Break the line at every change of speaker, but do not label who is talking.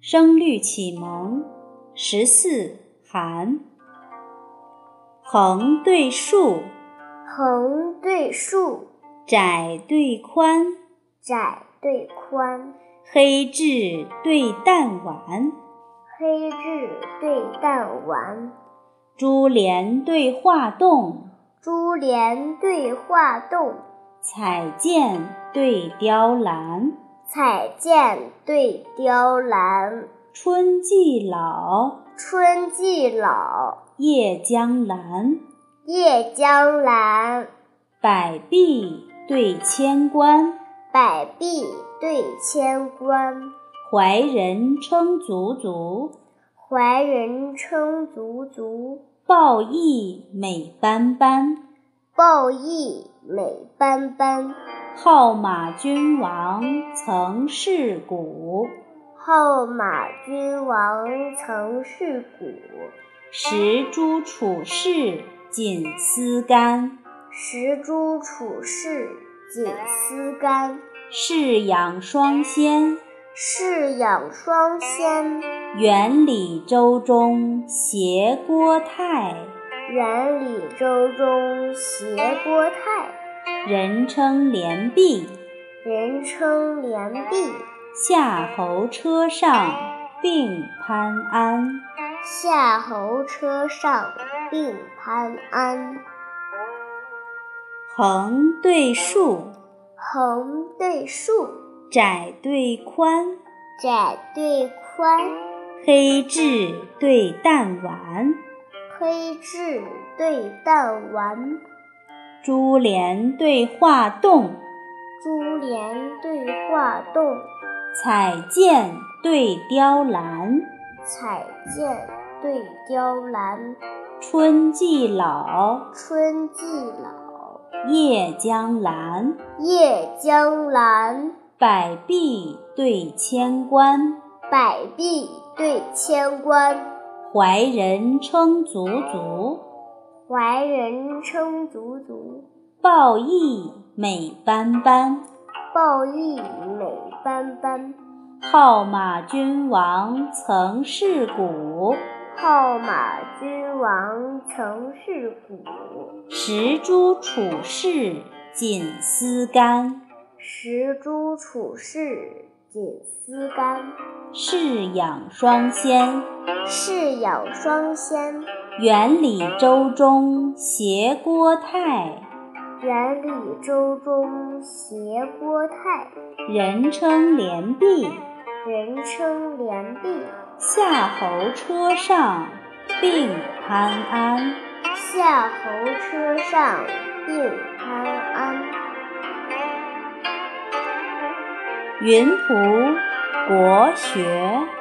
声律启蒙十四寒，横对竖，
横对竖，
窄对宽，
窄对宽，
黑痣对淡丸，
黑痣对淡丸，
珠帘对画栋，
珠帘对画栋，
彩剑对雕栏，
彩剑对雕栏，
春既老，
春既老，
夜将阑，
夜将阑，
百臂对千官，
百臂对千官，
怀人称足足，
怀人称足足，
抱翼美斑斑，
抱翼美斑斑。
号马君王曾是古，
号马君王曾是古，
石珠处士锦丝干，
石珠处士锦丝干。
士养双仙，
是养双仙，
园里舟中携郭泰，
园里舟中携郭泰。
人称连璧。
人称连璧，
夏侯车上并潘安。
夏侯车上并潘安。
横对竖，
横对竖，
窄对宽，
窄对宽，
黑痣对淡丸，
黑痣对淡丸，
珠帘对画栋，
珠帘对画栋，
彩剑对雕栏。
彩剑对雕栏。
春既老，
春既老，
夜将阑，
夜将阑，
百臂对千官，
百臂对千官。
怀人称足足。
怀人称足足，
抱翼美斑斑，
抱翼美斑斑。
号马君王曾是古，
号马君王曾是古，
石珠处士锦丝干。
石珠处士锦丝干。
士养双仙，
是养双仙，
园里舟中携郭泰。
园里舟中携郭泰。
人称连璧，
人称连璧，
夏侯车上并潘安。
夏侯车上并潘安。
云仆国学。